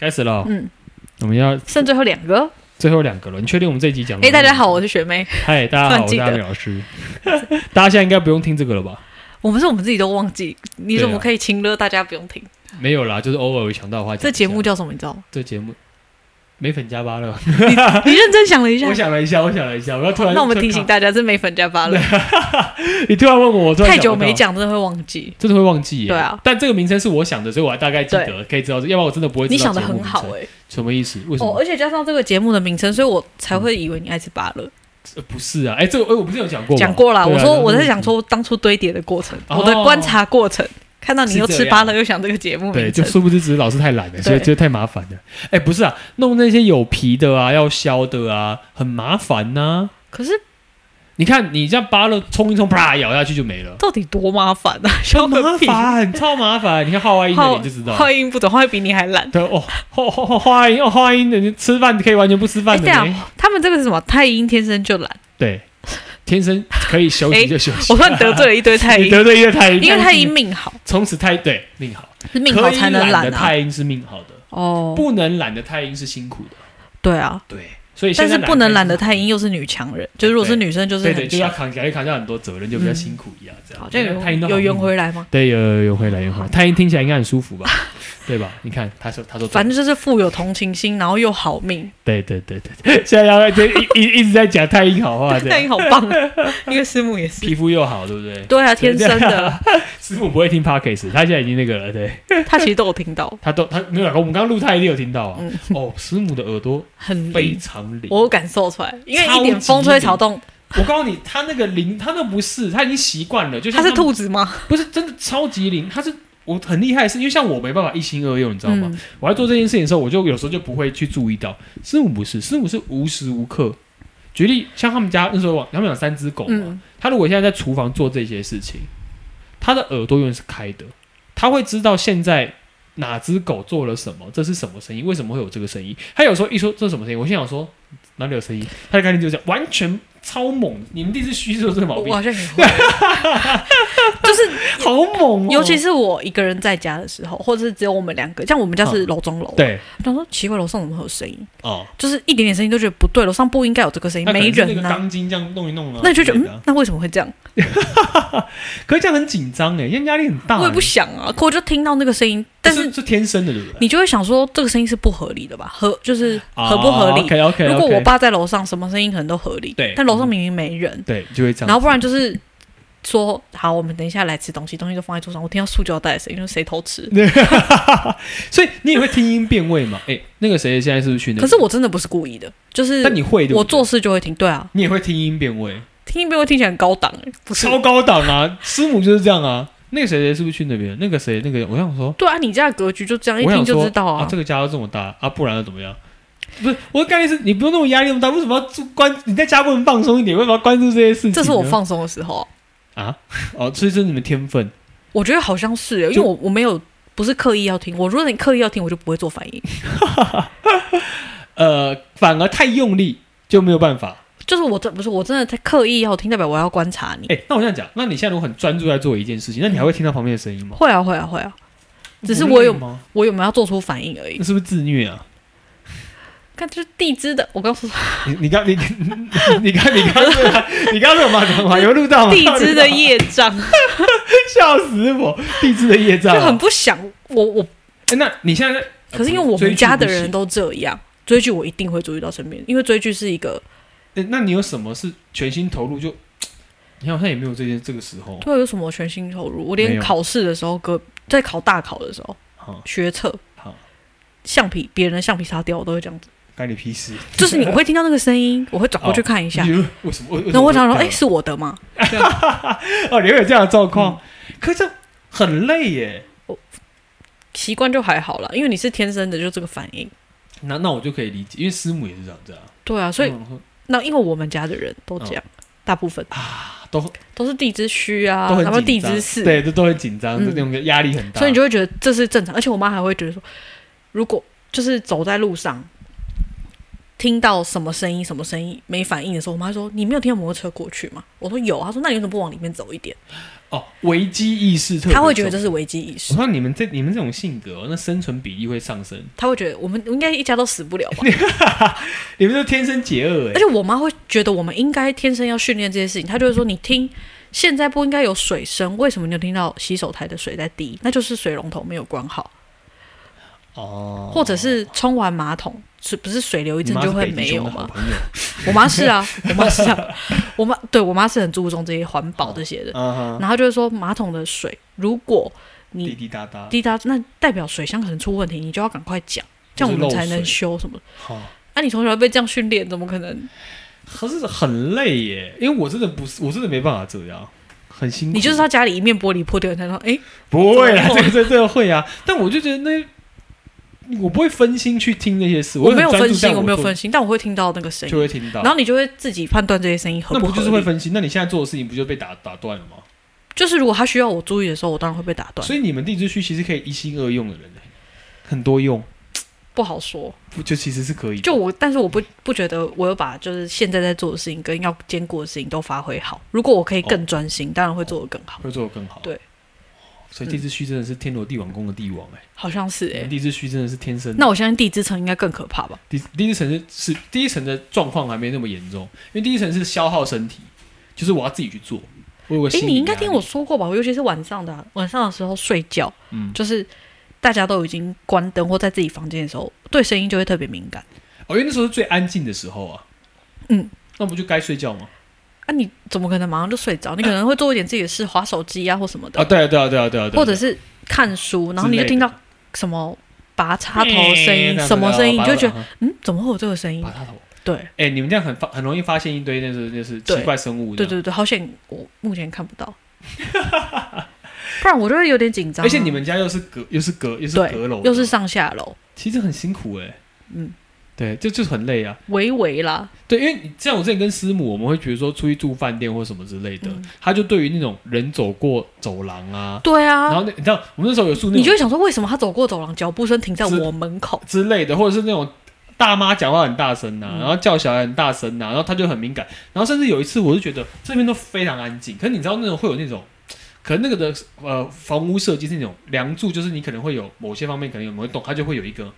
开始了，嗯，我们要剩最后两个。最后两个了。你确定我们这一集讲？哎，大家，好，我是学妹。嗨，大家好，我忘是记了阿美老师。 大家现在应该不用听这个了吧？我们是我们自己都忘记，你对啊怎么可以轻了大家不用听？没有啦，就是偶尔有想到的话讲一下。这节目叫什么？你知道 吗？这节目没粉加八了。你认真想了一下我，想了一下，我想了一下，我要突然啊那我们提醒大家，这没粉加八了，你突然问我，我 突然太想久不到没，讲，真的会忘记。真的会忘记耶。对啊，但这个名称是我想的，所以我还大概记得，可以知道，要不然我真的不会知道你想的节目很好名称哎，什么意思？为什哦，么？而且加上这个节目的名称，所以我才会以为你爱吃芭乐。呃不是啊，哎，这个哎，我不是有讲过吗？讲过啦，对啊我说对啊我在对啊讲说当初堆叠的过程，哦我的观察过程，看到你又是这吃样芭乐，又想这个节目对，名就称，殊不知只是老师太懒了，所以对觉得太麻烦了。哎，不是啊，弄那些有皮的啊，要削的啊，很麻烦呐、可是你看，你这样扒了冲一冲，啪咬下去就没了，到底多麻烦 啊！小麻 烦，超麻烦。你看浩外音的浩脸就知道。浩英不懂，浩英比你还 懒。对哦，浩浩浩浩英哦，浩英的你吃饭可以完全不吃饭的哎对呢。他们这个是什么？太阴天生就懒。对，天生可以休息哎就休息。 我突然得罪了一堆太你医，得罪一个太阴，因为太医命好，从此太对命好，是命好可以才能懒的懒啊。太阴是命好的，哦，不能懒的太阴是辛苦的。对啊，对，所以但现在是不能懒得得太阴，又是女强人，就如果是女生，就是对对，很就要强。扛，感觉扛下很多责任，就比较辛苦一样，这样。好像太阴有都好有命圆回来吗？对，有有有回来有回来，太阴听起来应该很舒服吧？对吧？你看，他说他说对，反正就是富有同情心，然后又好命，对对对对，对现在要在一一一直在讲太阴好话，这太样医好棒， 因为师母 也是。皮肤又好，对不对？对啊，天生的，师傅不会听 podcast，他现在已经那个了，对他其实都有听到，他都他没有啦，我们刚刚录他一定有听到啊。嗯哦，师母的耳朵 很非灵，常灵，我有感受出来，因为超级一点风吹草动，我告诉你，他那个灵，他那不是，他已经习惯了，就像他是们，兔子吗？不是真的超级灵，他是。我很厉害是，因为像我没办法一心二用，你知道吗？嗯我在做这件事情的时候，我就有时候就不会去注意到，师母不是，师母是无时无刻。举例，像他们家那时候养，他们养三只狗嘛，嗯，他如果现在在厨房做这些事情，他的耳朵永远是开的，他会知道现在哪只狗做了什么，这是什么声音，为什么会有这个声音。他有时候一说这是什么声音，我心想说哪里有声音，他就赶紧就讲完全超猛，你们弟是虚说这个毛我病我，好像也 会， 就是好猛、哦，尤其是我一个人在家的时候，或者是只有我们两个，像我们家是楼中楼，嗯对然后说奇怪，楼上怎么会有声音？哦，就是一点点声音都觉得不对，楼上不应该有这个声音，那可没能是那人个呐、钢筋这样弄一弄啊，那你就觉得，之类的嗯，那为什么会这样？可是这样很紧张哎，因为压力很大欸。我也不想啊，可我就听到那个声音，但这是这天生的，对不啊对？你就会想说，这个声音是不合理的吧？合就是合不合理？ ？OK OK。如果我爸在楼上，什么声音可能都合理，对但楼上明明没人，对，就会这样。然后不然就是说，好，我们等一下来吃东西，东西都放在桌上，我听到塑胶袋的声音，就是谁偷嗯吃？ 所以你也会听音辨位嘛？哎，那个谁现在是不是去那？可是，我真的不是故意的，就是但你会的，我做，事就会听，对啊，你也会听音辨位，听一遍会听起来很高档、欸，不是？超高档啊！师母就是这样啊。那个谁谁是不是去那边？那个谁那个，我想说，对啊，你家的格局就这样，一我听想就说知道啊。啊，这个家都这么大啊，不然又怎么样？不是我的概念是，你不用那么压力那么大，为什么要注关？你在家不能放松一点？为什么要关注这些事情呢？这是我放松的时候啊，啊哦，所以这是你们天分。我觉得好像是欸、因为就我我没有不是刻意要听，我如果你刻意要听，我就不会做反应，呃，反而太用力就没有办法。就是我真不是我真的在刻意要听，代表我要观察你。哎、那我这样讲，那你现在如果很专注在做一件事情，那你还会听到旁边的声音吗？会啊会啊会啊，只是我有不累吗？我有没有要做出反应而已那。是不是自虐啊？看这是地支的，我 告诉你你刚你你刚你刚是吧你刚是有骂脏话，有录到吗？地支的有录业障到 吗笑死我，地支的业障就啊、很不想我我，哎那你现在在可是因为我们家的人都这样，追剧我一定会注意到身边，因为追剧是一个哎那你有什么是全心投入就？你好像也没有这件这个时候，对，啊有什么全心投入？我没连有考试的时候，哥在考大考的时候，好学测好橡皮，别人的橡皮擦掉，我都会这样子。干你屁事！就是你我会听到那个声音， 我会转过去哦看一下，你觉得为什么？为为什然后么我想说，会哎、掉是我的吗？哦，你会有这样的状况，可是这样很累耶。习惯就还好啦，因为你是天生的，就这个反应。那那我就可以理解，因为师母也是这样这样。嗯对啊，所以、我想说那因为我们家的人都这样，大部分嗯啊，都都是地之虚啊都，很然后地紧张，之四，对，都都很紧张，嗯就那种压力很大，所以你就会觉得这是正常。而且我妈还会觉得说，如果就是走在路上，听到什么声音、什么声音没反应的时候，我妈说：“你没有听到摩托车过去吗？”我说：“有。”她说：“那你为什么不往里面走一点哦，危机意识特？”别她会觉得重这是危机意识我，说你们这你们这种性格哦、那生存比例会上升，她会觉得我们应该一家都死不了吧？ 你们就天生邪恶哎、而且我妈会觉得我们应该天生要训练这些事情，她就会说：“你听，现在不应该有水声，为什么你有听到洗手台的水在滴？那就是水龙头没有关好，哦，或者是冲完马桶是不是水流一你阵妈就是会北极没熊有的好吗？朋友， 我妈是 啊，我妈是啊，我妈对我妈是很注重这些环保这些的。嗯哼，然后就会说马桶的水，如果滴你滴答答，滴答，那代表水箱可能出问题，你就要赶快讲，这样我们才能修什么的。好、啊，你从小被这样训练，怎么可嗯能？可是很累耶，因为我真的不是，我真的没办法这样，很辛苦。你就是他家里一面玻璃破掉，你才说，哎，不会啦，怎这么个这个这个会啊，但我就觉得那我不会分心去听那些事，我会没有很专分注在心，我没有做分心，但我会听到那个声就音，会听到。然后你就会自己判断这些声音合那不不合就是会理。分心？那你现在做的事情不就被打打断了吗？就是如果他需要我注意的时候，我当然会被打断，所以你们地质区其实可以一心二用的人耶，很多用，不好说。不就其实是可以的。就我，但是我不不觉得我有把就是现在在做的事情跟要兼顾的事情都发挥好。如果我可以哦更专心，当然会做得更好。会做得更好。对，所以地质区真的是天罗地网中的帝王哎、好像是你哎、们地质区真的是天生。那我相信地之城应该更可怕吧？第第一层是是第一层的状况还没那么严重，因为第一层是消耗身体，就是我要自己去做。我有个诶，心理你应该压力听我，说过吧？尤其是晚上的啊、晚上的时候睡觉，嗯，就是大家都已经关灯或在自己房间的时候，对声音就会特别敏感。哦，因为那时候是最安静的时候啊。嗯，那不就该睡觉吗？啊，你怎么可能马上就睡着？你可能会做一点自己的事，划手机啊或什么的，啊，对啊，对啊，对啊，对啊，对啊或者是看书，然后你就听到什么拔插头的声哎 音，什么声音，你就觉得得嗯，怎么会有这个声音拔？啊他头。对哎，你们这样很发很容易发现一堆那是那是对奇怪生物。对，对对，好险，我目前看不到， 不然我就会有点紧张啊。而且你们家又是阁又是阁又是阁楼对，的，又是上下楼，其实很辛苦哎。嗯，对，就就是很累啊。微微啦，对，因为你像我之前跟师母，我们会觉得说出去住饭店或什么之类的，嗯他就对于那种人走过走廊啊，对啊然，后那你知道我们那时候有住那你就种会想说，为什么他走过走廊，脚步声停在是我门口？之类的，或者是那种大妈讲话很大声呐、啊嗯然后叫小孩很大声呐、啊然后他就很敏感，然后甚至有一次我就觉得这边都非常安静，可是你知道那种会有那种。可能那个的呃房屋设计是那种梁柱，就是你可能会有某些方面可能有某一栋，它就会有一个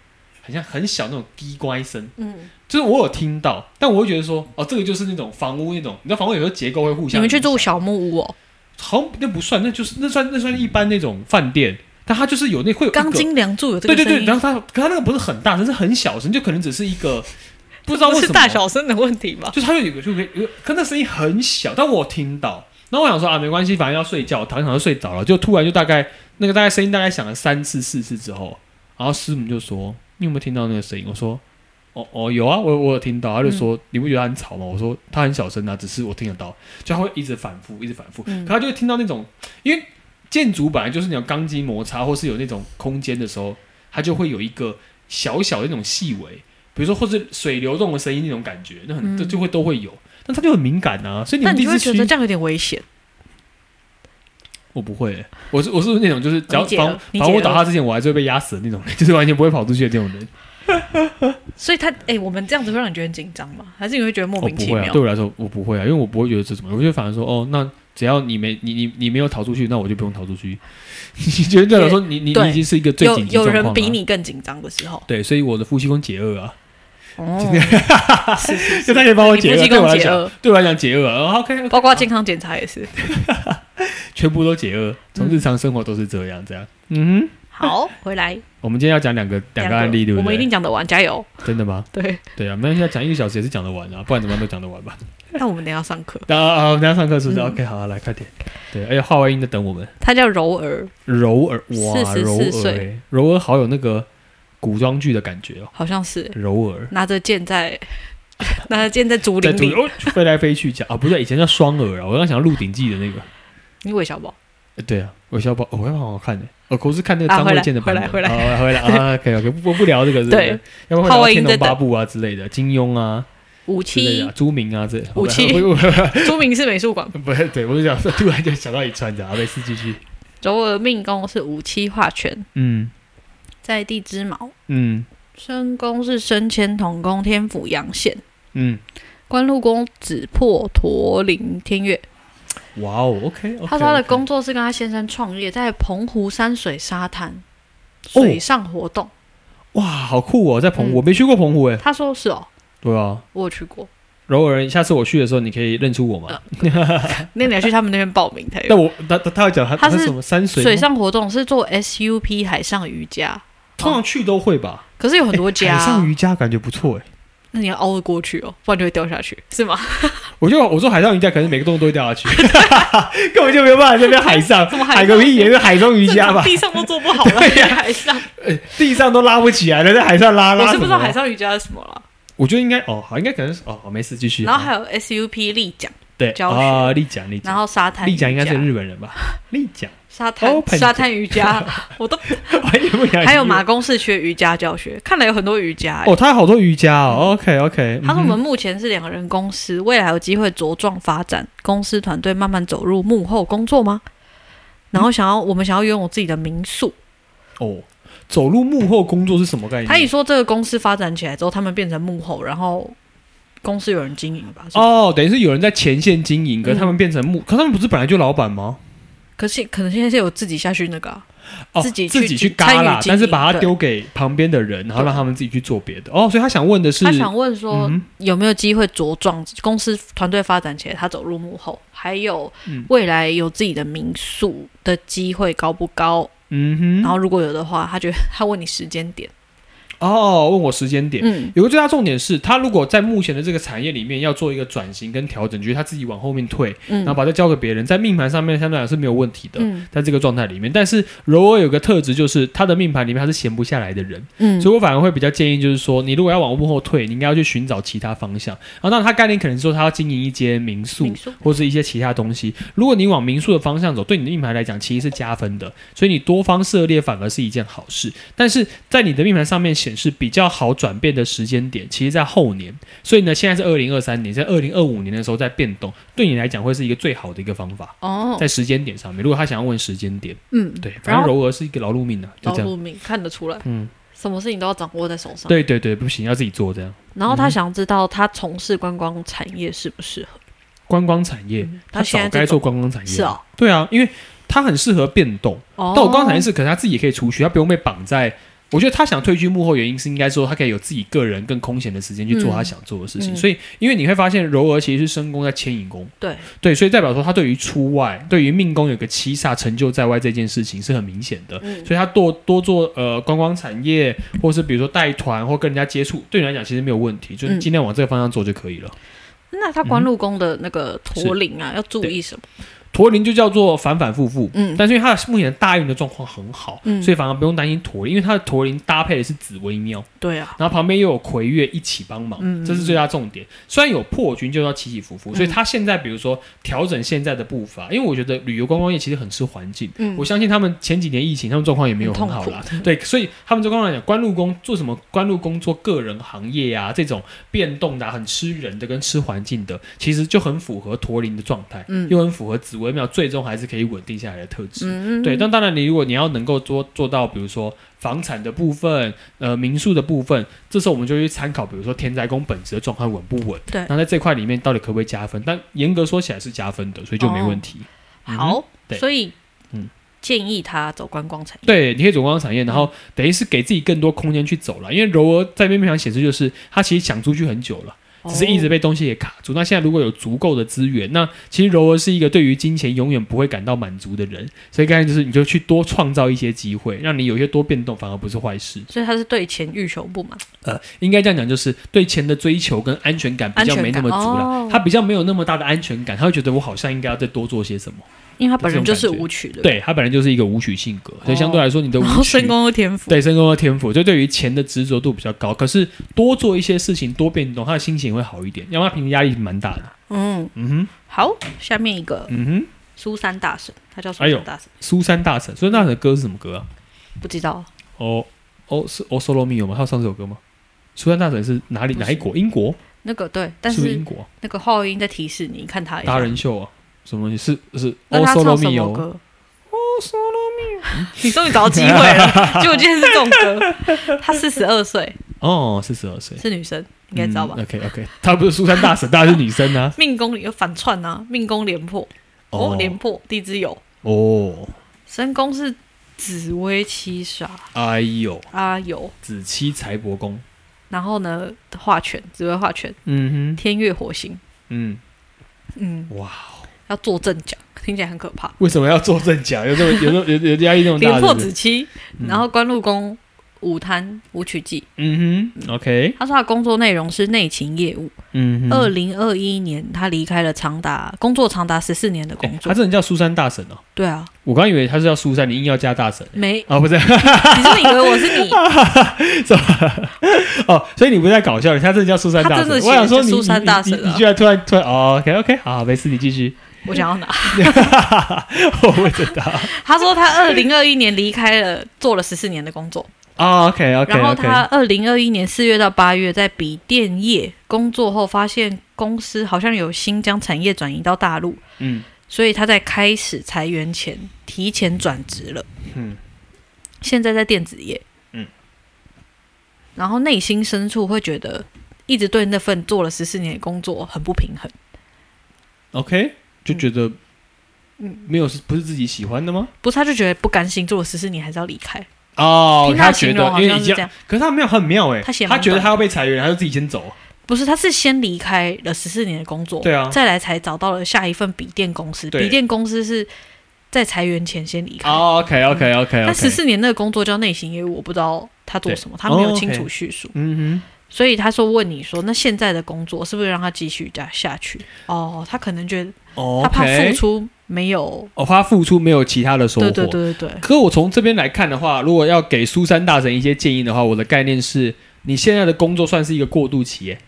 很像很小那种低乖声，嗯，就是我有听到，但我会觉得说哦，这个就是那种房屋那种，你知道房屋有时候结构会互你相。们去住小木屋哦，好像那不算，那就是那算那算一般那种饭店，但它就是有那会有一个钢筋梁柱有这对个对声音，对，然后它可它那个不是很大声，是很小声，就可能只是一个不知道为这什是么大，小声的问题吧？就是它就有个就可以，有可那声音很小，但我有听到。然后我想说啊，没关系，反正要睡觉，躺一躺就睡着了。就突然就大概那个大概声音大概响了三次四次之后，然后师母就说：“你有没有听到那个声音？”我说：“哦哦，有啊，我我有听到。”他就说：“你不觉得它很吵吗？”我说：“它很小声啊，只是我听得到。”就他会一直反复，一直反复。嗯可他就会听到那种，因为建筑本来就是那种钢筋摩擦，或是有那种空间的时候，它就会有一个小小的那种细微，比如说或是水流动的声音那种感觉，那很嗯这、就会都会有。但他就很敏感啊，所以你那们你地质就会觉得区这样有点危险。我不会欸、我是我是那种就是只要理解了房理解了房屋倒塌之前我还是会被压死的那种人， 就是完全不会跑出去的那种人。所以他，哎、我们这样子会让你觉得很紧张吗？还是你会觉得莫我名不其会妙？啊，对我来说我不会啊，因为我不会觉得这什么，我就反而说哦，那只要你没你你你没有逃出去，那我就不用逃出去。 你觉得对我来说，你你你对已经是一个最紧急有状有况、啊、人比你更紧张的时候，对，所以我的夫妻宫解厄啊，哦，是 是就是他也帮我你解夫厄，妻对我宫来解讲，厄，对我来讲解厄啊，OK，包括健康检查也是。全部都解厄，从嗯日常生活都是这样这样。嗯哼，好，回来我们今天要讲两个两个案例，对不对？我们一定讲得完，加油！真的吗？对， 对啊，没关系，讲一个小时也是讲得完啊，不然怎么样都讲得完吧。 但我们等一下上课。啊啊，我们等一下上课是不是、嗯 o k 好、啊，来快点。对，而且话外音在等我们。他叫柔儿，柔儿，哇， 44柔儿、岁欸，柔儿好有那个古装剧的感觉哦。好像是柔 儿拿着剑在拿着剑在竹在林竹里。哦飞来飞去讲啊，不对，以前叫双儿啊，我刚想《鹿鼎记》的那个。你韦小宝，欸对啊，韦小宝，哦我要好好看的。我可是看那个啊张回卫来健的版本，回来啊回来 啊，可以可以，不不聊这个，是不是对，要不然会浩聊威天在龙八等部啊之类的，金庸啊武之类的七 啊，，朱明啊这武器不不不朱明是美术馆。不不是，对我就想 说，突然就想到一串的啊，没事继续，柔儿命宫是武七化权，嗯在地支卯，嗯，申宫是升迁同宫、天府、阳羡、嗯，官禄宫、紫破、驼铃、天月。哇哦，OK，, o k 他说他的工作是跟他先生创业，在澎湖山水沙滩哦水上活动。哇，好酷哦，在澎湖、嗯我没去过澎湖哎、他说是哦，对啊，我有去过，柔儿，下次我去的时候你可以认出我呃嘛。那你要去他们那边报名才有。但我他他他要讲他他是是什么山水水上活动是做 SUP 海上瑜伽，通常去都会吧。哎可是有很多家海上瑜伽感觉不错哎、那你要凹得过去哦，不然就会掉下去，是吗？我就我说海上瑜伽，可能每个洞都会掉下 去，根本就没有办法在那边海上，怎么海海上个屁，也是海 中瑜正伽常 吧，地上都做不好 了，对呀还海上，哎地上都拉不起来了，在海上拉拉我什是不么知道的 海上瑜伽是什么了。我觉得应该哦，好，应该可能是哦，好没事，继续。然后好还有 SUP 立桨，对教啊，丽奖丽然奖，后沙滩瑜丽奖应该是伽日本人 吧？丽奖，沙滩 Open 沙滩瑜伽，我都 我也不想还有马嘛？公市区的瑜伽教学，看来有很多瑜伽、欸。哦，他好多瑜伽哦，OK OK，嗯他说：“我们目前是两个人公司，未来有机会茁壮发展，公司团队慢慢走入幕后工作吗？然后想要我们想要拥有自己的民宿。哦，走入幕后工作是什么概念？他也说这个公司发展起来之后，他们变成幕后，然后公司有人经营吧。哦，哦，等于是有人在前线经营，可是他们变成幕，可是他们不是本来就老板吗？可是可能现在是有自己下去那个啊、哦，自己去自己去参与嘎啦，经但营是把它丢给旁边的人，然后让他们自己去做别的。哦，所以他想问的是，他想问说、嗯有没有机会茁壮公司团队发展起来，他走入幕后，还有嗯未来有自己的民宿的机会高不高？嗯然哼，后如果有的话，他觉得 他问你时间点，哦，问我时间点。嗯，有个最大重点是，他如果在目前的这个产业里面要做一个转型跟调整，就是他自己往后面退，嗯然后把这交给别人，在命盘上面相对来说是没有问题的，嗯在这个状态里面。但是柔儿有个特质，就是他的命盘里面他是闲不下来的人，嗯所以我反而会比较建议，就是说，你如果要往幕后退，你应该要去寻找其他方向。然后，那他概念可能是说他要经营一间民宿，民宿或是一些其他东西。如果你往民宿的方向走，对你的命盘来讲其实是加分的，所以你多方涉猎反而是一件好事。但是在你的命盘上面显示比较好转变的时间点，其实在后年，所以呢，现在是二零二三年，在二零二五年的时候在变动，对你来讲会是一个最好的一个方法，哦，在时间点上面。如果他想要问时间点，嗯，对，反然正后柔儿是一个劳碌命啊，就劳这样。碌哦命看得出来，嗯，什么事情都要掌握在手上。对嗯对对，不行，要自己做这样。然后他想知道他从事观光产业适不适合，观光产业，他嗯现早该在这做种观光产业。是哦，对啊，因为他很适合变动。哦，但我刚才是，可是他自己也可以出去，他不用被绑在。我觉得他想退居幕后，原因是应该说他可以有自己个人更空闲的时间去做他嗯想做的事情。嗯所以，因为你会发现柔儿其实是申宫在牵引宫，对，对，所以代表说他对于出外、对于命宫有个七煞成就在外这件事情是很明显的。嗯所以他多多做呃观光产业，或是比如说带团或跟人家接触，对你来讲其实没有问题，就是嗯尽量往这个方向做就可以了。那他官禄宫的那个驼铃嗯啊，要注意什么？驼铃就叫做反反复复，嗯但是因为它的目前的大运的状况很好，嗯所以反而不用担心驼铃，因为它的驼铃搭配的是紫微庙，对啊，然后旁边又有魁月一起帮忙，嗯这是最大重点。虽然有破军，就要起起伏伏，嗯所以他现在比如说调整现在的步伐，因为我觉得旅游观光业其实很吃环境。嗯我，相信他们前几年疫情，他们状况也没有很好啦很痛。苦对，所以他们这刚来讲，官禄宫做什么？官禄宫做个人行业呀、这种变动的啊、很吃人的跟吃环境的，其实就很符合驼铃的状态，嗯又很符合紫微庙最终还是可以稳定下来的特质。嗯对，，但当然，你如果你要能够做做到，比如说房产的部分，呃，民宿的部分，这时候我们就去参考，比如说天灾宫本质的状况稳不稳，对那在这块里面到底可不可以加分？但严格说起来是加分的，所以哦就没问题。嗯哼好，对所以嗯建议他走观光产业，对，你可以走观光产业，然嗯后等于是给自己更多空间去走了。因为柔儿在面面上显示，就是她其实想出去很久了，只是一直被被东西给卡住。那现在如果有足够的资源，那其实柔儿是一个对于金钱永远不会感到满足的人。所以刚才就是你就去多创造一些机会，让你有一些多变动，反而不是坏事。所以他是对钱欲求不满，呃，应该这样讲，就是对钱的追求跟安全感比较没那么足安全感了哦。他比较没有那么大的安全感，他会觉得我好像应该要再多做些什么。因为他本人就是这种感觉舞曲的，，对他本来就是一个舞曲性格，所以相对来说你的舞哦然后曲深宫又天赋，对，深宫的天赋，就对于钱的执着度比较高。可是多做一些事情，多变动，他的心情会好一点，要不然他平时压力蛮大的。嗯，嗯哼，好，下面一个嗯哼。苏珊大神，他叫苏哎呦珊大神，苏珊大神，苏珊大神的歌是什么歌啊？不知道，哦哦是哦 Solo Me 有吗？他有唱这首歌吗？苏珊大神是哪里不是哪一国？英国？那个对，但是不是英是国啊那个话音在提示你，看他一下达人秀啊？什么东西？是是那哦他 Solo 唱什 Me 么哦歌？ ，Oh Solo Me， 你终于找到机会了，结果今天是这种歌。她四十二岁，哦，四十二岁，是女生，应该知道吧？ OK OK，她不是苏珊大神，当然是女生啊。命宫里有反串啊，命宫廉颇， 哦，廉颇地支酉，哦，申宫是紫薇七煞哎呦，阿酉，子期财帛宫，然后呢化权，紫薇化权，嗯哼，天月火星，嗯，嗯，哇，要坐正讲，听起来很可怕。为什么要做正甲？有这么有这么有有压力这么大廉是颇不子是？期，嗯然后官禄宫武贪武曲记。嗯哼，OK，他说他工作内容是内勤业务。嗯哼，二零二一年他离开了长达工作长达十四年的工哎作。他真的叫苏珊大神哦，对啊，我刚以为他是叫苏珊，你硬要加大神没，哦，不是 你是不是以为我是你？什么哦，所以你不是在搞笑，他真的叫苏珊大他神。真的我想说写你苏珊大神你你你啊居然突然突然哦，OK OK，好，没事，你继 续。我想要拿。我不知道他说他二零二一年离开了做了十四年的工作，哦 OK OK 然后 OK，他二零二一年四月到八月在笔电业工作后，发现公司好像有心将产业转移到大陆，嗯所以他在开始裁员前提前转职了。嗯现在在电子业，嗯，然后内心深处会觉得一直对那份做了十四年的工作很不平衡， OK，就觉得嗯，没有是不是自己喜欢的吗？不是他就觉得不甘心，做了十四年还是要离开。哦听，他的觉形容得好因为像已是这经，样，可是他没有很妙哎，他写他蛮觉得短他要被裁员，他就自己先 走。不是他是先离开了十四年的工作，对啊再来才找到了下一份笔电公司。对笔电公司是在裁员前先离开。哦，OK OK OK，但十四年那个工作叫内勤业务，我不知道他做对什么，他没哦有，OK 清楚叙述。嗯所以他说问你说，那现在的工作是不是让他继续加下去？哦，他可能觉得哼，哦，他怕付，出没有，哦，他付出没有其他的收获。对对对对对，可我从这边来看的话，如果要给苏珊大神一些建议的话，我的概念是，你现在的工作算是一个过渡期耶，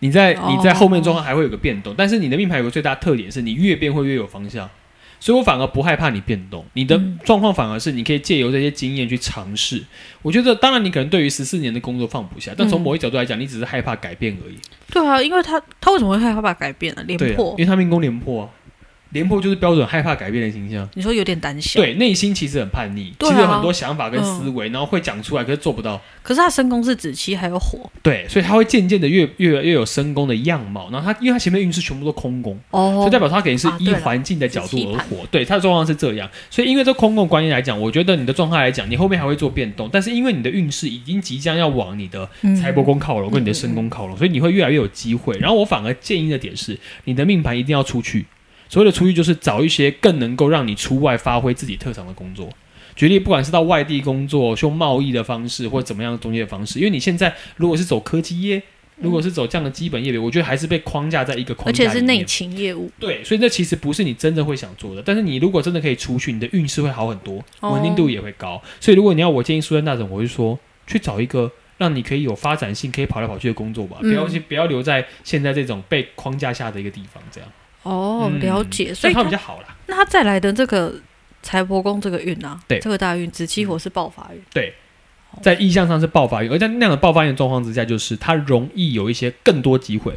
你在哦你在后面状况还会有个变动，但是你的命盘有个最大特点是你越变会越有方向，所以我反而不害怕你变动，你的嗯状况反而是你可以借由这些经验去尝试。我觉得，当然你可能对于十四年的工作放不下，但从嗯某一角度来讲，你只是害怕改变而已。对啊，因为他他为什么会害怕改变呢、廉对、啊，颇因，为他命宫廉颇啊，廉颇就是标准害怕改变的形象。你说有点胆小，对，内心其实很叛逆，对其实有啊嗯很多想法跟思维，然后会讲出来，可是做不到。可是他身宫是紫期还有火对，所以他会渐渐的越越越有深宫的样貌。然后他因为他前面运势全部都空宫，所哦以代，表他肯定是啊依对了环境的角紫度气而盘活。对，他的状况是这样。所以因为这空宫观念来讲，我觉得你的状态来讲，你后面还会做变动，但是因为你的运势已经即将要往你的嗯财帛宫靠拢，跟你的身宫靠拢，所以你会越来越有机会。然后我反而建议的点是，你的命盘一定要出去。所谓的出去，就是找一些更能够让你出外发挥自己特长的工作。举例，不管是到外地工作，用贸易的方式，或怎么样中介的方式，因为你现在如果是走科技业，如果是走这样的基本业别，我觉得还是被框架在一个框而架里面。且是内勤业务，对，所以这其实不是你真正会想做的，但是你如果真的可以出去，你的运势会好很多，哦稳定度也会高。所以如果你要我建议苏珊大神，我会说去找一个让你可以有发展性、可以跑来跑去的工作吧，嗯不要去不要留在现在这种被框架下的一个地方，这样哦，嗯了解，所所以以它他比较好啦。那他再来的这个财帛宫这个运啊，对嗯这个大运紫期火是爆发运，在意向上是爆发运，而在那样的爆发运的状况之下，就是它容易有一些更多机会，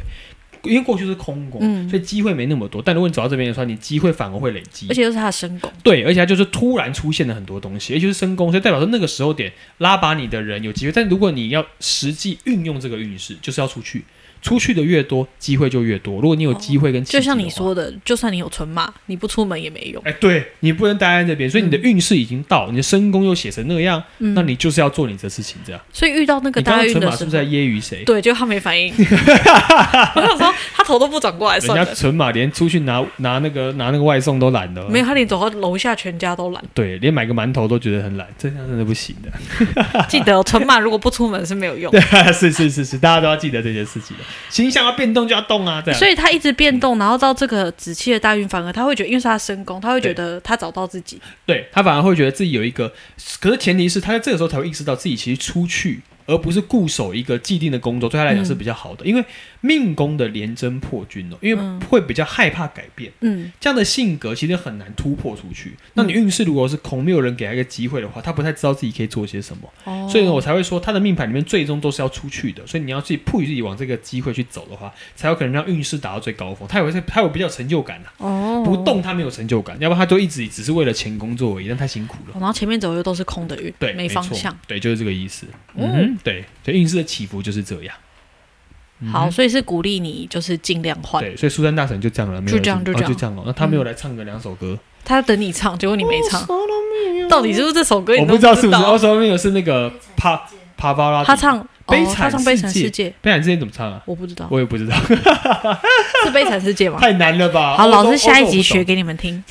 因为过去是空宫，嗯所以机会没那么多。但如果你走到这边的话，你机会反而会累积而。且又是他的身宫，对，而且它就是突然出现了很多东西，也就是深宫，所以代表说那个时候点拉拔你的人有机会，但如果你要实际运用这个运势，就是要出去，出去的越多，机会就越多。如果你有机会跟、就像你，说的，就算你有存码，你不出门也没用。哎，对你不能待在这边，所以你的运势已经到，你的深宫又写成那样，嗯，那你就是要做你的事情，这样。所以遇到那个你刚大刚运纯的马时是不候是，在揶揄谁？对，就他没 反应。我想说，他头都不转过来，人算家了，纯马连出去拿拿那个拿那个外送都懒得，没有，他连走到楼下全家都懒。对，连买个馒头都觉得很懒，这样真的不行的。记得哦存满如果不出门是没有 用的，是是是是，大家都要记得这件事情的。形象要变动就要动啊，这样。所以他一直变动，然后到这个紫气的大运，反而他会觉得，因为是他深宫，他会觉得他找到自己，对他反而会觉得自己有一个，可是前提是他在这个时候才会意识到自己其实出去而不是固守一个既定的工作，对他来讲是嗯比较好的。因为命宫的廉贞破军哦，因为嗯会比较害怕改变，嗯这样的性格其实很难突破出去。那你运势如果是空，没有人给他一个机会的话，他不太知道自己可以做些什么。哦，所以呢，我才会说他的命盘里面最终都是要出去的，所以你要自己迫于自己往这个机会去走的话，才有可能让运势达到最高峰。他有会他有比较有成就感啊，哦不动他没有成就感，要不然他就一直只是为了钱工作而已，但太辛苦了。然后前面走的都是空的运，对，没错方向。，对，就是这个意思。哦嗯哼，对，所以运势的起伏就是这样。嗯好，哼所以是鼓励你就是尽量换。对，所以苏珊大神就这样了，没有就这样嗯什就么这样哦就这样哦。那他没有来唱个两首歌，他等你唱，结果你没唱，到底是不是这首歌？哦我你不都知道是知不是。道哦，说没有是那个帕帕巴拉，他唱哦悲他惨唱《悲惨世界世界》，贝兰之前怎么唱啊？我不知道我也不知道，是《悲惨世界》 吗？太难了吧？好，欧老洲师下欧洲一集。我不懂学给你们听。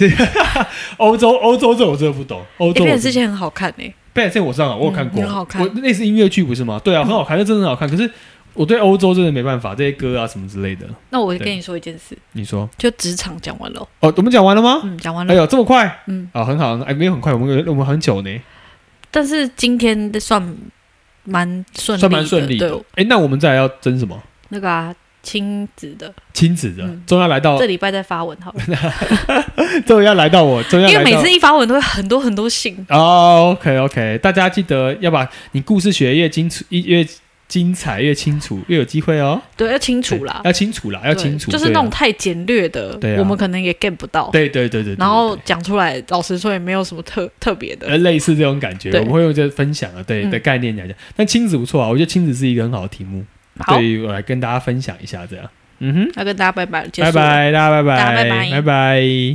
欧洲欧洲这我真的不懂，欧《洲悲我惨不世懂。界》很好看欸诶，贝兰这我上了，我有看过，嗯很好看我那是音乐剧不是吗？对啊，很好看，那真的很好看。可是我对欧洲真的没办法，这些歌啊什么之类的。那我对跟你说一件事，你说就职场讲完了，哦，我们讲完了吗？嗯，讲完哎了，呦，这么快？嗯，啊，很好，哎，没有很快，我们我们很久呢，但是今天的算蛮顺利的，算蛮顺利的对，。哎，那我们再来要争什么？那个啊，亲子的，亲子的嗯，终于要来到这，礼拜再发文 好了，终于要来到我，终于因要来为每到次。一发文都会很多很多信，哦，OK OK，大家记得要把你故事学得越清楚，越精彩越清楚，越有机会哦。对，要清楚啦，要清楚啦，要对清楚，就是对那啊种太简略的对，啊我们可能也 get 不到，对对对对，对然后对对讲出来，老实说也没有什么特特别的，呃类似这种感觉，对我们会用这分享啊，对嗯的概念来讲。但亲子不错啊，我觉得亲子是一个很好的题目，好，对于我来跟大家分享一下这样。嗯哼，要跟大家拜拜了，结束拜拜，大家拜了大家拜拜，拜拜拜。